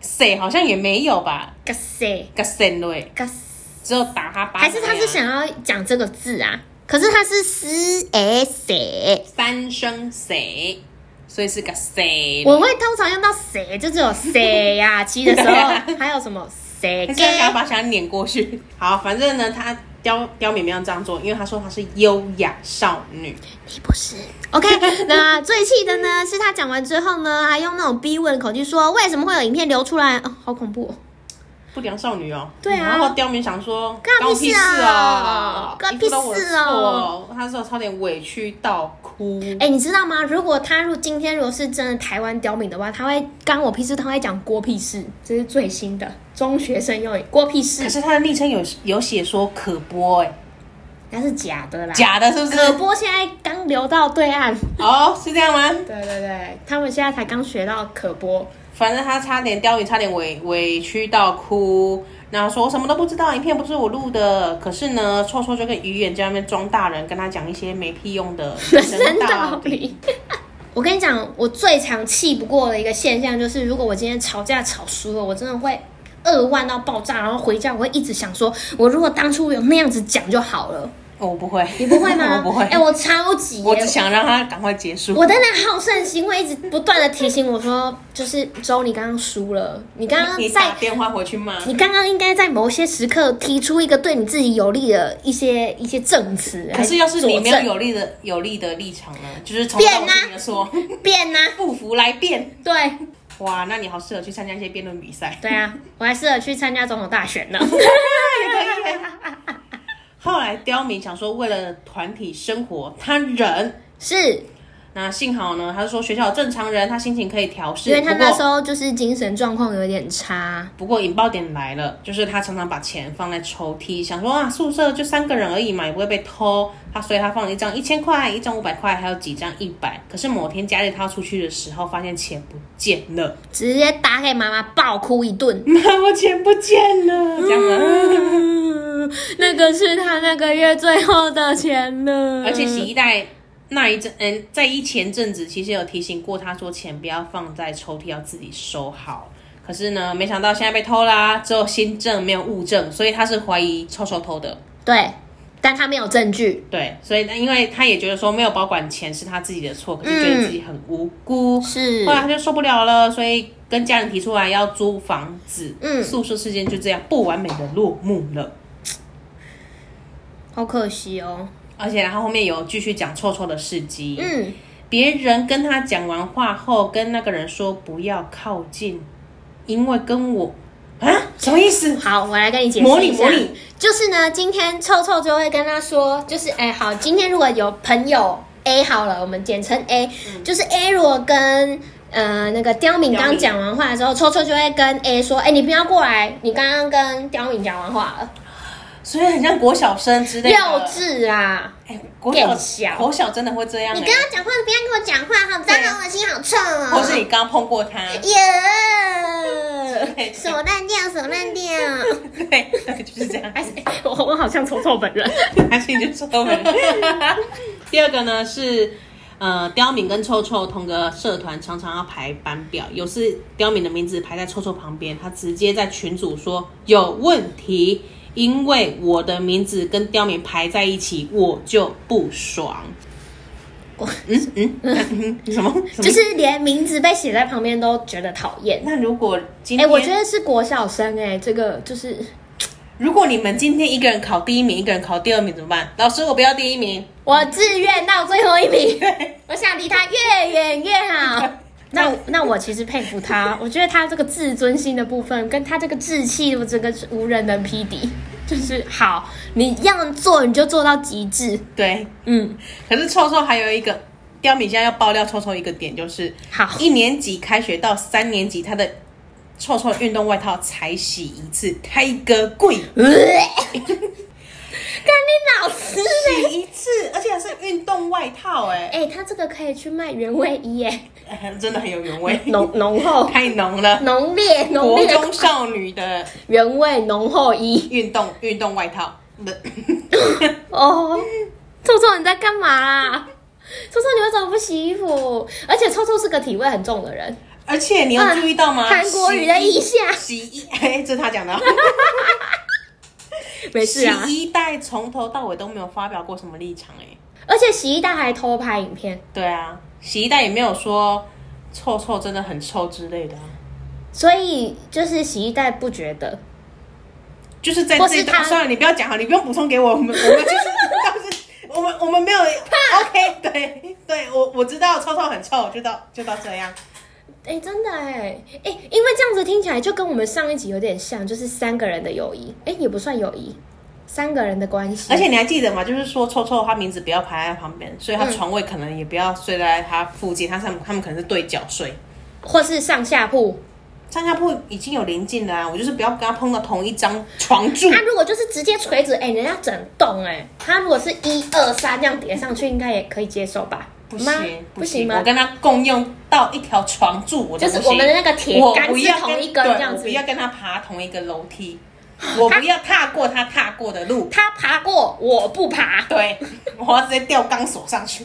[SPEAKER 1] 塞好像也没有吧，
[SPEAKER 2] 个塞
[SPEAKER 1] 个省略
[SPEAKER 2] 个
[SPEAKER 1] 只有打他巴掌而已啊。
[SPEAKER 2] 还是他是想要讲这个字啊？可是他是 s s，
[SPEAKER 1] 三声谁，所以是个谁。
[SPEAKER 2] 我会通常用到谁，就只有谁呀、骑的时
[SPEAKER 1] 对啊
[SPEAKER 2] 候还有什么谁
[SPEAKER 1] 还是他哎想要
[SPEAKER 2] 给
[SPEAKER 1] 把想碾过去。 好，反正呢，他刁刁美没有这样做，因为他说她是优雅少女。
[SPEAKER 2] 你不是 OK？那最气的呢是他讲完之后呢，还用那种逼问的口气说为什么会有影片流出来？哦，好恐怖、哦！
[SPEAKER 1] 不良少女哦，
[SPEAKER 2] 对啊
[SPEAKER 1] 然后刁民想说，
[SPEAKER 2] 干
[SPEAKER 1] 我屁
[SPEAKER 2] 屁事
[SPEAKER 1] 哦
[SPEAKER 2] 啊，
[SPEAKER 1] 一
[SPEAKER 2] 干
[SPEAKER 1] 副
[SPEAKER 2] 屁
[SPEAKER 1] 都我的
[SPEAKER 2] 事
[SPEAKER 1] 错
[SPEAKER 2] 哦
[SPEAKER 1] 哦，他说差点委屈到哭，
[SPEAKER 2] 哎、你知道吗？如果他如果今天如果是真的台湾刁民的话，他会干我屁事，他会讲郭屁事，这是最新的中学生用语，郭屁事
[SPEAKER 1] 可，是他的昵称有有写说可播哎，
[SPEAKER 2] 那是假的啦。
[SPEAKER 1] 假的是不是？
[SPEAKER 2] 啊可波现在刚流到对岸。
[SPEAKER 1] 哦，是这样吗？
[SPEAKER 2] 对对对，他们现在才刚学到可播，
[SPEAKER 1] 反正他差点刁民，差点委委屈到哭，然后说我什么都不知道，影片不是我录的。可是呢，臭臭就跟鱼眼在那边装大人，跟他讲一些没屁用的
[SPEAKER 2] 人生道。理。我跟你讲， 我最常气不过的一个现象就是，如果我今天吵架吵输了，我真的会扼腕到爆炸，然后回家我会一直想说，我如果当初有那样子讲就好 了。
[SPEAKER 1] 哦我不会，
[SPEAKER 2] 你不会吗？
[SPEAKER 1] 我不会，
[SPEAKER 2] 哎、我超级耶，
[SPEAKER 1] 我只想让他赶快结束。
[SPEAKER 2] 我的那好胜心会一直不断的提醒我说，就是周，你刚刚输了，你刚刚
[SPEAKER 1] 你
[SPEAKER 2] 在
[SPEAKER 1] 打电话回去骂，
[SPEAKER 2] 你刚刚应该在某些时刻提出一个对你自己有利的一些一些证词，
[SPEAKER 1] 可是要是你没有
[SPEAKER 2] 来佐
[SPEAKER 1] 有利的有利的立场呢，就是从
[SPEAKER 2] 变
[SPEAKER 1] 到
[SPEAKER 2] 啊
[SPEAKER 1] 听的说
[SPEAKER 2] 证辩呐、
[SPEAKER 1] 不服来辩。
[SPEAKER 2] 对
[SPEAKER 1] 哇，那你好适合去参加一些辩论比赛。
[SPEAKER 2] 对啊，我还适合去参加总统大选 呢。
[SPEAKER 1] 后来刁民想说，为了团体生活，他忍。
[SPEAKER 2] 是
[SPEAKER 1] 那幸好呢，他是说学校有正常人，他心情可以调试。
[SPEAKER 2] 因为他
[SPEAKER 1] 不过
[SPEAKER 2] 那时候就是精神状况有点差，
[SPEAKER 1] 不过引爆点来了，就是他常常把钱放在抽屉，想说啊宿舍就三个人而已嘛，也不会被偷。他所以他放了一张一千块，一张五百块，还有几张一百。可是某天假日他要出去的时候，发现钱不见了，
[SPEAKER 2] 直接打给妈妈暴哭一顿。
[SPEAKER 1] 妈，我钱不见了，这样吗？
[SPEAKER 2] 嗯， 那个是他那个月最后的钱了，
[SPEAKER 1] 而且洗衣袋那一阵，嗯，在一前阵子其实有提醒过他说钱不要放在抽屉，要自己收好。可是呢，没想到现在被偷啦、只有新证没有物证，所以他是怀疑臭臭偷的。
[SPEAKER 2] 对，但他没有证据。
[SPEAKER 1] 对，所以呢因为他也觉得说没有保管钱是他自己的错，可是觉得自己很无辜，
[SPEAKER 2] 是
[SPEAKER 1] 后来他就受不了了，所以跟家人提出来要租房子。
[SPEAKER 2] 嗯
[SPEAKER 1] 宿舍事件就这样不完美的落幕了。
[SPEAKER 2] 好可惜哦。
[SPEAKER 1] 而且他后面有继续讲臭臭的事迹，
[SPEAKER 2] 嗯，
[SPEAKER 1] 别人跟他讲完话后，跟那个人说不要靠近，因为跟我啊什么意思？
[SPEAKER 2] 好，我来跟你解释
[SPEAKER 1] 模拟
[SPEAKER 2] 一下
[SPEAKER 1] 模拟，
[SPEAKER 2] 就是呢，今天臭臭就会跟他说，就是哎、好，今天如果有朋友 A 好了，我们简称 A，、就是 A 如果跟呃那个刁
[SPEAKER 1] 嗯
[SPEAKER 2] 敏
[SPEAKER 1] 刁
[SPEAKER 2] 刚
[SPEAKER 1] 敏
[SPEAKER 2] 讲完话的时候，臭臭就会跟 A 说，哎、你不要过来，你刚刚跟刁敏讲完话了，
[SPEAKER 1] 所以很像国小生之类
[SPEAKER 2] 幼
[SPEAKER 1] 的。
[SPEAKER 2] 稚啊！
[SPEAKER 1] 哎，国小
[SPEAKER 2] 更小
[SPEAKER 1] 国小真的会这样、欸
[SPEAKER 2] 你。跟他讲话，你不要跟我讲话，好脏，好恶心，好臭哦！
[SPEAKER 1] 或是你刚碰过他，
[SPEAKER 2] 耶，
[SPEAKER 1] 对
[SPEAKER 2] 手烂掉，手烂掉。
[SPEAKER 1] 对，就是这样。
[SPEAKER 2] 哎，我我好像臭臭本人。
[SPEAKER 1] 他心里就臭美。第二个呢是，呃，刁敏跟臭臭同个社团，常常要排班表，有次刁敏的名字排在臭臭旁边，他直接在群组说有问题，因为我的名字跟刁敏排在一起，我就不爽。
[SPEAKER 2] 我
[SPEAKER 1] 嗯嗯嗯，什么？什么
[SPEAKER 2] 就是连名字被写在旁边都觉得讨厌。
[SPEAKER 1] 那如果今
[SPEAKER 2] 哎、
[SPEAKER 1] 天，
[SPEAKER 2] 我觉得是国小生哎、这个就是
[SPEAKER 1] 如果你们今天一个人考第一名，一个人考第二名怎么办？老师，我不要第一名。
[SPEAKER 2] 我自愿到最后一名， 我想离他越远越好。 那那我其实佩服 他，我觉得他这个自尊心的部分，跟他这个志气，我整个是无人能匹敌。就是好，你要做你就做到极致。
[SPEAKER 1] 对，
[SPEAKER 2] 嗯，
[SPEAKER 1] 可是臭臭还有一个刁米，现在要爆料臭臭一个点，就是
[SPEAKER 2] 好，
[SPEAKER 1] 一年级开学到三年级，他的臭臭运动外套才洗一次，开个贵
[SPEAKER 2] 呃 干你老师！
[SPEAKER 1] 洗一次，而且还是运动外套、
[SPEAKER 2] 哎、他这个可以去卖原味衣哎，
[SPEAKER 1] 哎， 真的很有原味，
[SPEAKER 2] 浓浓厚、
[SPEAKER 1] 太浓了。
[SPEAKER 2] 浓烈、浓
[SPEAKER 1] 国
[SPEAKER 2] 烈的
[SPEAKER 1] 中少女的
[SPEAKER 2] 原味浓厚衣
[SPEAKER 1] 运动运动外套，不
[SPEAKER 2] 哦。臭臭你在干嘛啦？臭臭你为什么不洗衣服？而且臭臭是个体味很重的人，
[SPEAKER 1] 而且你有注意到吗？
[SPEAKER 2] 啊韩国语的意象
[SPEAKER 1] 洗衣， 洗衣哎，这是他讲的哦。
[SPEAKER 2] 没事啊。
[SPEAKER 1] 洗衣袋从头到尾都没有发表过什么立场，哎，
[SPEAKER 2] 而且洗衣袋还偷拍影片，
[SPEAKER 1] 对啊，洗衣袋也没有说臭臭真的很臭之类的、啊，
[SPEAKER 2] 所以就是洗衣袋不觉得。
[SPEAKER 1] 就是在
[SPEAKER 2] 或
[SPEAKER 1] 这
[SPEAKER 2] 是
[SPEAKER 1] 一段。
[SPEAKER 2] 他
[SPEAKER 1] 算了，你不要讲好，你不用补充给我，我们我们就是 就是我们我们没有 OK，对对，我我知道臭臭很臭，就到就到这样。
[SPEAKER 2] 哎、真的哎、哎、因为这样子听起来就跟我们上一集有点像，就是三个人的友谊，哎、也不算友谊，三个人的关系。
[SPEAKER 1] 而且你还记得吗？就是说臭臭他名字不要排在旁边，所以他
[SPEAKER 2] 嗯
[SPEAKER 1] 床位可能也不要睡在他附近，他上他们可能是对角睡。
[SPEAKER 2] 或是上下铺，
[SPEAKER 1] 上下铺已经有临近了啊，我就是不要跟他碰到同一张床住
[SPEAKER 2] 他。如果就是直接垂直，哎、人家整栋哎、他如果是一二三这样叠上去，应该也可以接受吧？
[SPEAKER 1] 不
[SPEAKER 2] 吗
[SPEAKER 1] 行
[SPEAKER 2] 不
[SPEAKER 1] 行，
[SPEAKER 2] 行
[SPEAKER 1] 我
[SPEAKER 2] 吗？
[SPEAKER 1] 跟他共用到一条床住，我都
[SPEAKER 2] 就
[SPEAKER 1] 不
[SPEAKER 2] 是
[SPEAKER 1] 行
[SPEAKER 2] 我们的那个铁
[SPEAKER 1] 我
[SPEAKER 2] 杆
[SPEAKER 1] 不
[SPEAKER 2] 是
[SPEAKER 1] 要
[SPEAKER 2] 同
[SPEAKER 1] 跟
[SPEAKER 2] 一根
[SPEAKER 1] 对
[SPEAKER 2] 这样
[SPEAKER 1] 我
[SPEAKER 2] 子啊
[SPEAKER 1] 不。要跟他爬同一个楼梯，我不要踏过他踏过的路，
[SPEAKER 2] 他爬过，我不爬，
[SPEAKER 1] 对我要直接吊钢索上去。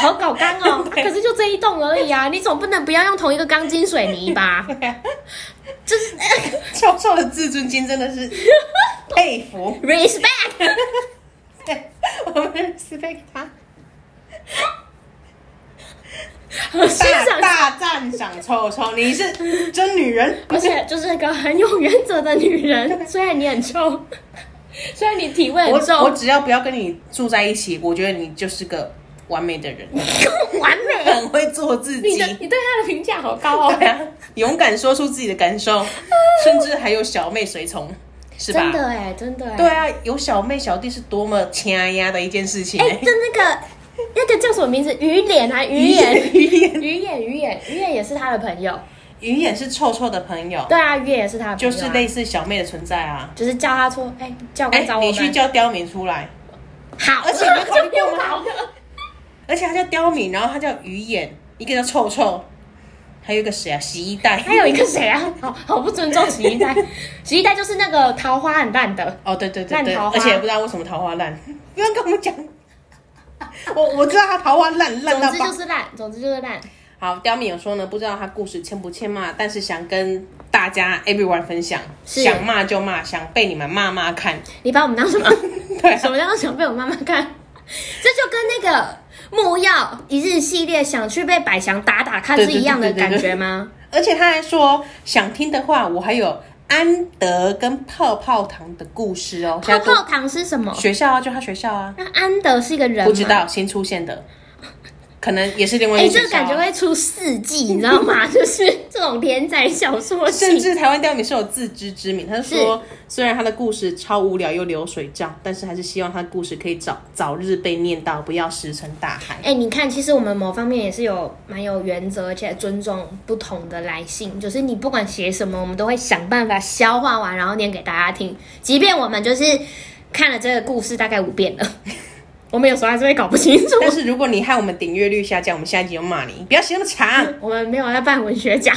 [SPEAKER 2] 好搞刚 哦。
[SPEAKER 1] 对
[SPEAKER 2] 可是就这一栋而已啊，你总不能不要用同一个钢筋水泥吧？就是、
[SPEAKER 1] 啊 教授的自尊心真的是佩服，
[SPEAKER 2] respect。
[SPEAKER 1] 对我们 respect 他，
[SPEAKER 2] 我欣
[SPEAKER 1] 大
[SPEAKER 2] 赏，
[SPEAKER 1] 大赞赏臭臭，你是真女 人。
[SPEAKER 2] 而且就是一个很有原则的女 人。虽然你很臭，虽然你体味
[SPEAKER 1] 我
[SPEAKER 2] 很
[SPEAKER 1] 我
[SPEAKER 2] 重，
[SPEAKER 1] 只要不要跟你住在一起，我觉得你就是个完美的人，
[SPEAKER 2] 完美。
[SPEAKER 1] 很会做自己。
[SPEAKER 2] 你的你对他的评价好高哦
[SPEAKER 1] 对。啊，勇敢说出自己的感 受，甚至还有小妹随从，是吧？
[SPEAKER 2] 真的哎、真的哎、
[SPEAKER 1] 对啊，有小妹小弟是多么天呀的一件事情、
[SPEAKER 2] 哎、就那个那个叫什么名字？鱼脸啊还鱼
[SPEAKER 1] 鱼眼
[SPEAKER 2] 眼，
[SPEAKER 1] 鱼眼
[SPEAKER 2] 鱼眼鱼眼鱼眼也是他的朋友。
[SPEAKER 1] 鱼眼是臭臭的朋友，
[SPEAKER 2] 对啊，鱼眼也是他的朋
[SPEAKER 1] 就
[SPEAKER 2] 友啊、
[SPEAKER 1] 是类似小妹的存在啊。
[SPEAKER 2] 就是叫他说，哎、叫
[SPEAKER 1] 哎、
[SPEAKER 2] 官找我
[SPEAKER 1] 你去
[SPEAKER 2] 们。
[SPEAKER 1] 叫刁民出来，
[SPEAKER 2] 好，
[SPEAKER 1] 而且你有考虑过吗
[SPEAKER 2] 好 的。
[SPEAKER 1] 而且他叫刁民，然后他叫鱼眼，一个叫臭臭，还有一个谁啊？洗衣袋，
[SPEAKER 2] 还有一个谁啊？好好不尊重洗衣袋，洗衣袋就是那个桃花很烂的，
[SPEAKER 1] 哦，对对对
[SPEAKER 2] 烂
[SPEAKER 1] 对，
[SPEAKER 2] 桃花
[SPEAKER 1] 而且也不知道为什么桃花烂， 不要跟我们讲。我我知道他桃花烂烂
[SPEAKER 2] 总
[SPEAKER 1] 到
[SPEAKER 2] 之
[SPEAKER 1] 爆
[SPEAKER 2] 就是烂，总之就是烂。
[SPEAKER 1] 好，刁民有说呢，不知道他故事欠不欠骂，但是想跟大大家 everyone 分享，
[SPEAKER 2] 是
[SPEAKER 1] 想骂就骂，想被你们骂骂看。
[SPEAKER 2] 你把我们当什么？
[SPEAKER 1] 对啊
[SPEAKER 2] 什么叫想被我妈妈看？这就跟那个木曜一日系列想去被百祥打打看是一样的感觉吗？
[SPEAKER 1] 而且他还说，想听的话，我还有安德跟泡泡糖的故事哦。
[SPEAKER 2] 泡
[SPEAKER 1] 现在
[SPEAKER 2] 泡糖是什么
[SPEAKER 1] 都？学校啊，就他学校啊，
[SPEAKER 2] 那安德是一个人吗
[SPEAKER 1] 不知。道新出现的，可能也是另外
[SPEAKER 2] 哎、
[SPEAKER 1] 一个
[SPEAKER 2] 这
[SPEAKER 1] 学
[SPEAKER 2] 个
[SPEAKER 1] 校啊、
[SPEAKER 2] 感觉会出四季，你知道吗？ 就是这种连载小说
[SPEAKER 1] 甚
[SPEAKER 2] 性。
[SPEAKER 1] 至台湾刁民是有自知之明，他说虽然他的故事超无聊又流水账，但是还是希望他的故事可以早早日被念到，不要石沉大海。
[SPEAKER 2] 哎、你看，其实我们某方面也是有蛮有原则，而且尊重不同的来信。就是你不管写什么，我们都会想办法消化完，然后念给大家听。即便我们就是看了这个故事大概五遍了， 我们有时候还是会搞不清楚。
[SPEAKER 1] 但是如果你害我们点阅率下降，我们下一集就骂你，不要写那么长。
[SPEAKER 2] 我们没有在办文学奖，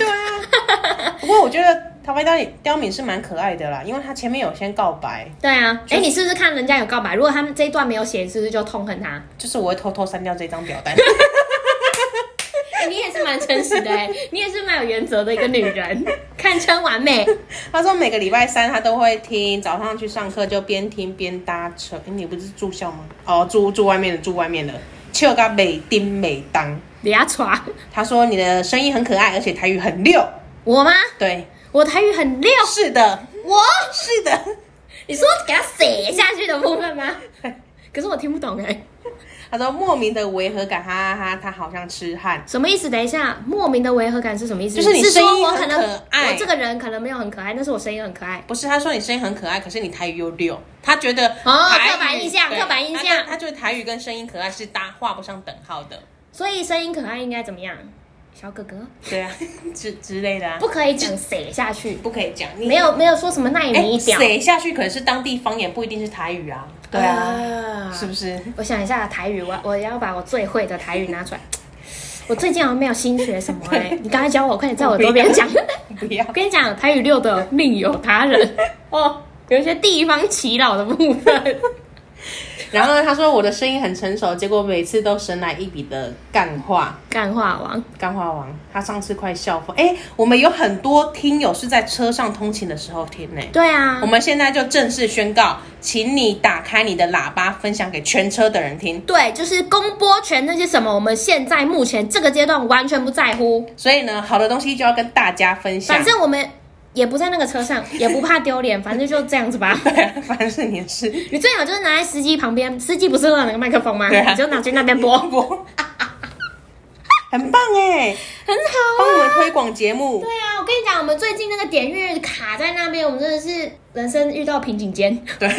[SPEAKER 1] 不过我觉得台湾刁民刁民是蛮可爱的啦，因为他前面有先告白，
[SPEAKER 2] 对啊。哎、你是不是看人家有告白？如果他们这一段没有写，是不是就痛恨他？
[SPEAKER 1] 就是我会偷偷删掉这张表单。
[SPEAKER 2] 哎、你也是蛮诚实的、哎，你也是蛮有原则的一个女人，堪称完美。
[SPEAKER 1] 他说每个礼拜三他都会听，早上去上课就边听边搭车。诶你不是住校吗？哦，住住外面的，住外面的。笑到美丁美当。
[SPEAKER 2] 李亚传，
[SPEAKER 1] 他说你的声音很可爱，而且台语很溜。
[SPEAKER 2] 我吗？
[SPEAKER 1] 对，
[SPEAKER 2] 我台语很溜，
[SPEAKER 1] 是的，
[SPEAKER 2] 我。
[SPEAKER 1] 是的。
[SPEAKER 2] 你说给他写下去的部分吗？ 可是我听不懂哎、
[SPEAKER 1] 他说莫名的违和感，哈哈哈，他好像痴汉。
[SPEAKER 2] 什么意思？等一下，莫名的违和感是什么意思？
[SPEAKER 1] 就是你
[SPEAKER 2] 说
[SPEAKER 1] 声音
[SPEAKER 2] 我
[SPEAKER 1] 很
[SPEAKER 2] 可能
[SPEAKER 1] 可爱
[SPEAKER 2] 我这个人可能没有很可爱，但是我声音很可爱。
[SPEAKER 1] 不是，他说你声音很可爱，可是你台语又溜。他觉得
[SPEAKER 2] 哦
[SPEAKER 1] 台语
[SPEAKER 2] 刻板印象
[SPEAKER 1] 对
[SPEAKER 2] 刻板印象
[SPEAKER 1] 他他觉得台语跟声音可爱是搭画不上等号的。
[SPEAKER 2] 所以声音可爱应该怎么样？小哥哥
[SPEAKER 1] 对啊， 之之类的啊，
[SPEAKER 2] 不可以讲写下去，
[SPEAKER 1] 不可以讲，你
[SPEAKER 2] 没有没有说什么耐
[SPEAKER 1] 嗯哎
[SPEAKER 2] 你一屌。
[SPEAKER 1] 写下去可能是当地方言，不一定是台语啊。对啊，是不 是？
[SPEAKER 2] 我想一下台语，我我要把我最会的台语 拿出来。我最近好像没有新学什么哎、你刚才教我，快点在我周边讲。
[SPEAKER 1] 不要
[SPEAKER 2] 我，跟你讲，台语六的另有 他人哦，有一些地方祈老的部分。
[SPEAKER 1] 然后呢他说我的声音很成熟，结果每次都神来一笔的干话，
[SPEAKER 2] 干话王，
[SPEAKER 1] 干话王，他上次快笑疯。哎，我们有很多听友是在车上通勤的时候听呢、
[SPEAKER 2] 对啊
[SPEAKER 1] 我，们现在就正式宣告，请你打开你的喇叭，分享给全车的人听。
[SPEAKER 2] 对，就是公播权那些什么，我们现在目前这个阶段完全不在乎，
[SPEAKER 1] 所以呢，好的东西就要跟大家分享。
[SPEAKER 2] 反正我们也不在那个车上， 也不怕丢脸，反正就这样子 吧。
[SPEAKER 1] 对啊，反正是你的事。
[SPEAKER 2] 你最好就是拿在司机旁边，司机不是会有那个麦克风吗？
[SPEAKER 1] 对啊
[SPEAKER 2] 你就拿去那边播，很好
[SPEAKER 1] 我， 很棒哎、帮我
[SPEAKER 2] 啊。
[SPEAKER 1] 们推广节目
[SPEAKER 2] 对。啊，我跟你讲，我们最近那个点阅卡在那边，我们真的是人生遇到瓶颈间，
[SPEAKER 1] 对，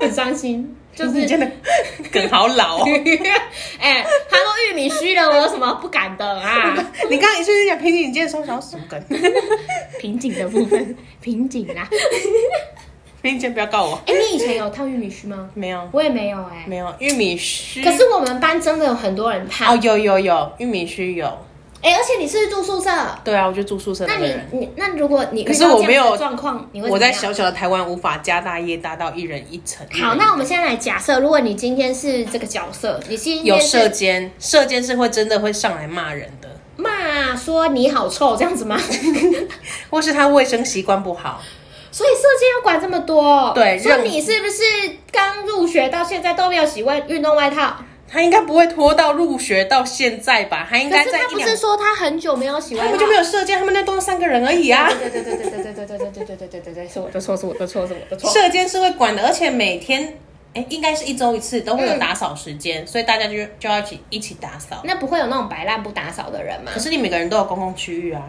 [SPEAKER 2] 很 伤心。就是
[SPEAKER 1] 你 真的梗好老哦。
[SPEAKER 2] 哎、他说玉米须了，我有什么不敢的啊？
[SPEAKER 1] 你刚刚一瞬间讲瓶颈见的时候，想要什么梗？
[SPEAKER 2] 瓶颈的部分， 瓶颈啦。
[SPEAKER 1] 瓶颈见不要告我。
[SPEAKER 2] 哎、你以前有烫玉米须吗？
[SPEAKER 1] 没有，
[SPEAKER 2] 我也没有哎、
[SPEAKER 1] 没有，玉米须。
[SPEAKER 2] 可是我们班真的有很多人烫
[SPEAKER 1] 哦，，有有有，玉米须有。
[SPEAKER 2] 哎、而且你是不是住宿舍，
[SPEAKER 1] 对啊，我就住宿舍
[SPEAKER 2] 那
[SPEAKER 1] 那个
[SPEAKER 2] 你
[SPEAKER 1] 人。
[SPEAKER 2] 你那如果你遇
[SPEAKER 1] 可
[SPEAKER 2] 到
[SPEAKER 1] 是
[SPEAKER 2] 这样
[SPEAKER 1] 我没有
[SPEAKER 2] 的状况，你会
[SPEAKER 1] 我
[SPEAKER 2] 怎么
[SPEAKER 1] 在
[SPEAKER 2] 样
[SPEAKER 1] 小小的台湾无法家大业大到一人一层。
[SPEAKER 2] 好，那我们现在来假设，如果你今天是这个角色，你今天
[SPEAKER 1] 有
[SPEAKER 2] 是
[SPEAKER 1] 射箭，射箭是会真的会上来骂人的，
[SPEAKER 2] 骂说你好臭这样子吗？
[SPEAKER 1] 或是他卫生习惯不好。
[SPEAKER 2] 所以射箭要管这么多，
[SPEAKER 1] 对
[SPEAKER 2] 说
[SPEAKER 1] 任
[SPEAKER 2] 你是不是刚入学到现在都没有洗外运动外套？
[SPEAKER 1] 他应该不会拖到入学到现在吧？他应
[SPEAKER 2] 可
[SPEAKER 1] 该
[SPEAKER 2] 是
[SPEAKER 1] 在
[SPEAKER 2] 他
[SPEAKER 1] 一
[SPEAKER 2] 不
[SPEAKER 1] 两
[SPEAKER 2] 是，说他很久没有洗外
[SPEAKER 1] 他
[SPEAKER 2] 套
[SPEAKER 1] 们就没有射箭，他们那都是三个人而已啊。
[SPEAKER 2] 对对对对对对对对对对对对对对对，是我的错，是我的错，是我的错。
[SPEAKER 1] 射箭是会管的，而且每天，哎，应该是一周一次都会有打扫时间，所以大家就就要一起一起打扫。
[SPEAKER 2] 那不会有那种摆烂不打扫的人吗
[SPEAKER 1] 可？是你每个人都有公共区域啊，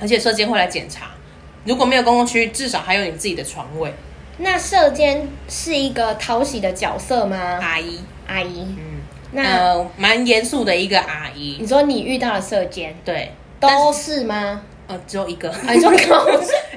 [SPEAKER 1] 而且射箭会来检查，如果没有公共区域，至少还有你自己的床位。
[SPEAKER 2] 那射箭是一个讨喜的角色吗？
[SPEAKER 1] 阿姨，
[SPEAKER 2] 阿姨，
[SPEAKER 1] 嗯，
[SPEAKER 2] 那
[SPEAKER 1] 呃，蛮严肃的一个阿姨，
[SPEAKER 2] 你说你遇到了射箭
[SPEAKER 1] 对，但是
[SPEAKER 2] 都是吗？
[SPEAKER 1] 呃只有一个。
[SPEAKER 2] 啊你说 高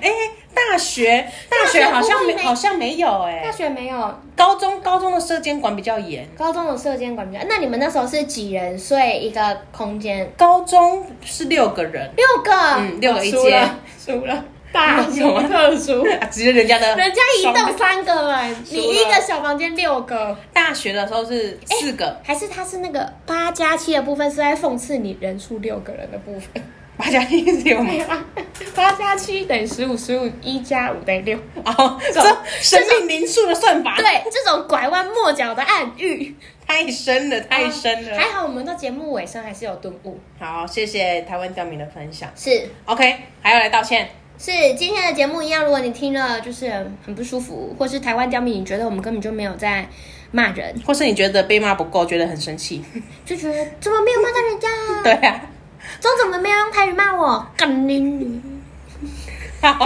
[SPEAKER 1] 哎，大学大学好像
[SPEAKER 2] 大学不会
[SPEAKER 1] 没
[SPEAKER 2] 没
[SPEAKER 1] 好像没有哎、
[SPEAKER 2] 大学没有，
[SPEAKER 1] 高中高中的射监管比较严，
[SPEAKER 2] 高中的射箭管不了。那你们那时候是几人睡一个空间？
[SPEAKER 1] 高中是六个人，
[SPEAKER 2] 六个，
[SPEAKER 1] 嗯六个一间
[SPEAKER 2] 哦输了，输了，大
[SPEAKER 1] 有
[SPEAKER 2] 输
[SPEAKER 1] 啊
[SPEAKER 2] 特输。
[SPEAKER 1] 啊只是人家的
[SPEAKER 2] 人家一
[SPEAKER 1] 双
[SPEAKER 2] 栋三个人，你一个小房间六个，
[SPEAKER 1] 大学的时候是四个，
[SPEAKER 2] 还是他是那个八加七的部分是在讽刺你人数六个人的部分？
[SPEAKER 1] 八加一是有吗？
[SPEAKER 3] 八加七等于十五，十五一加五等于六。
[SPEAKER 1] 哦，这生命灵数的算法，，
[SPEAKER 2] 对，这种拐弯抹角的暗喻
[SPEAKER 1] 太深了，太深了。
[SPEAKER 3] 还好我们到节目尾声还是有顿悟。
[SPEAKER 1] 好，谢谢台湾钓民的分享。
[SPEAKER 2] 是
[SPEAKER 1] OK，还要来道歉，
[SPEAKER 2] 是今天的节目一样，如果你听了就是很不舒服，或是台湾刁民，你觉得我们根本就没有在骂人，
[SPEAKER 1] 或是你觉得被骂不够，觉得很生 气？
[SPEAKER 2] 就觉得怎么没有骂到人家、啊？
[SPEAKER 1] 对啊，
[SPEAKER 2] 周怎么没有用台语骂我？干你！
[SPEAKER 1] 好，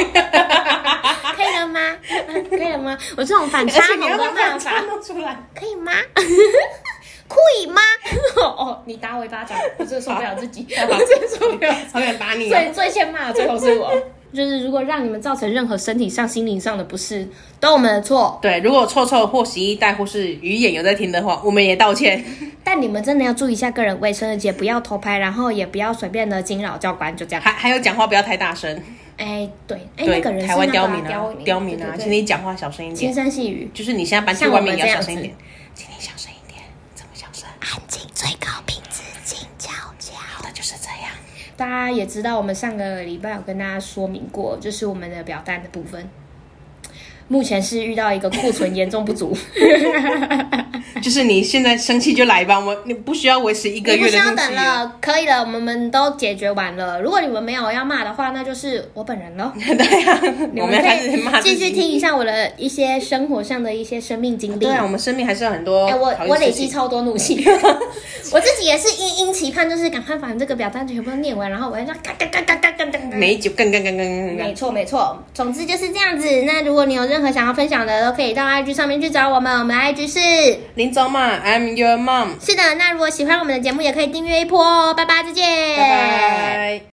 [SPEAKER 2] 可以了吗？ 嗯可以了吗？我这种反差
[SPEAKER 1] 而且你
[SPEAKER 2] 萌
[SPEAKER 1] 要
[SPEAKER 2] 的
[SPEAKER 1] 把
[SPEAKER 2] 骂
[SPEAKER 1] 反
[SPEAKER 2] 法
[SPEAKER 1] 差，弄出 来。
[SPEAKER 2] 可以吗？可以吗？
[SPEAKER 3] 哦，你打我一巴掌，我真的受不了自己，我真的受不了。
[SPEAKER 1] 好想打你、啊
[SPEAKER 3] 最！最先骂的最后是我。 就是如果让你们造成任何身体上、心灵上的不适，都我们的错。
[SPEAKER 1] 对，如果臭臭或洗衣袋或是鱼眼有在听的话，我们也道歉。
[SPEAKER 2] 但你们真的要注意一下个人卫生，而且不要偷拍，然后也不要随便的惊扰教官，就这样。
[SPEAKER 1] 还还有讲话不要太大声，
[SPEAKER 2] 哎，对，哎，
[SPEAKER 1] 对，
[SPEAKER 2] 那个人是
[SPEAKER 1] 台湾
[SPEAKER 2] 那个
[SPEAKER 1] 刁
[SPEAKER 2] 啊
[SPEAKER 1] 民啊，
[SPEAKER 3] 刁
[SPEAKER 1] 刁
[SPEAKER 3] 民
[SPEAKER 1] 民啊，
[SPEAKER 3] 对对对
[SPEAKER 1] 请你讲话小声一点，
[SPEAKER 2] 轻声细语，
[SPEAKER 1] 就是你现在搬去
[SPEAKER 2] 像
[SPEAKER 1] 外
[SPEAKER 2] 我
[SPEAKER 1] 面
[SPEAKER 2] 们
[SPEAKER 1] 也要
[SPEAKER 2] 这
[SPEAKER 1] 小
[SPEAKER 2] 样
[SPEAKER 1] 声一
[SPEAKER 2] 子
[SPEAKER 1] 点，请你小声一点，怎么小声？
[SPEAKER 2] 安静最高品质，静悄悄。
[SPEAKER 1] 好的，就是这样。
[SPEAKER 3] 大家也知道，我们上个礼拜有跟大家说明过，就是我们的表单的部分，目前是遇到一个库存严重不足。
[SPEAKER 1] 就是你现在生气就来吧，我你不需要维持一个
[SPEAKER 2] 你不
[SPEAKER 1] 月
[SPEAKER 2] 需
[SPEAKER 1] 的啊
[SPEAKER 2] 要
[SPEAKER 1] 怒
[SPEAKER 2] 等
[SPEAKER 1] 气了。
[SPEAKER 2] 了，可以了，我们都解决完了。如果你们没有要骂的话，那就是我本人喽。
[SPEAKER 1] 对呀、 我们要开始骂自
[SPEAKER 2] 继
[SPEAKER 1] 己
[SPEAKER 2] 续听。一下我的一些生活上的一些生命经历。
[SPEAKER 1] 对啊，我们生命还是有很多
[SPEAKER 2] 哎、
[SPEAKER 1] 讨
[SPEAKER 2] 我
[SPEAKER 1] 厌
[SPEAKER 2] 我
[SPEAKER 1] 的
[SPEAKER 2] 累
[SPEAKER 1] 事
[SPEAKER 2] 积
[SPEAKER 1] 情
[SPEAKER 2] 超多 怒气，我自己也是殷殷期盼，就是赶快把这个表单全部都念完，然后我要这样嘎嘎嘎嘎嘎嘎嘎嘎。
[SPEAKER 1] 每一集更更更更更
[SPEAKER 2] 没
[SPEAKER 1] 更。
[SPEAKER 2] 错没错，总之就是这样子。那如果你有任何想要分享的，都可以到 IG 上面去找我们，我们的 IG 是
[SPEAKER 1] 林总嘛，I'm your mom，
[SPEAKER 2] 是的。那如果喜欢我们的节目，也可以订阅一波哦。拜拜，再见，
[SPEAKER 1] 拜拜。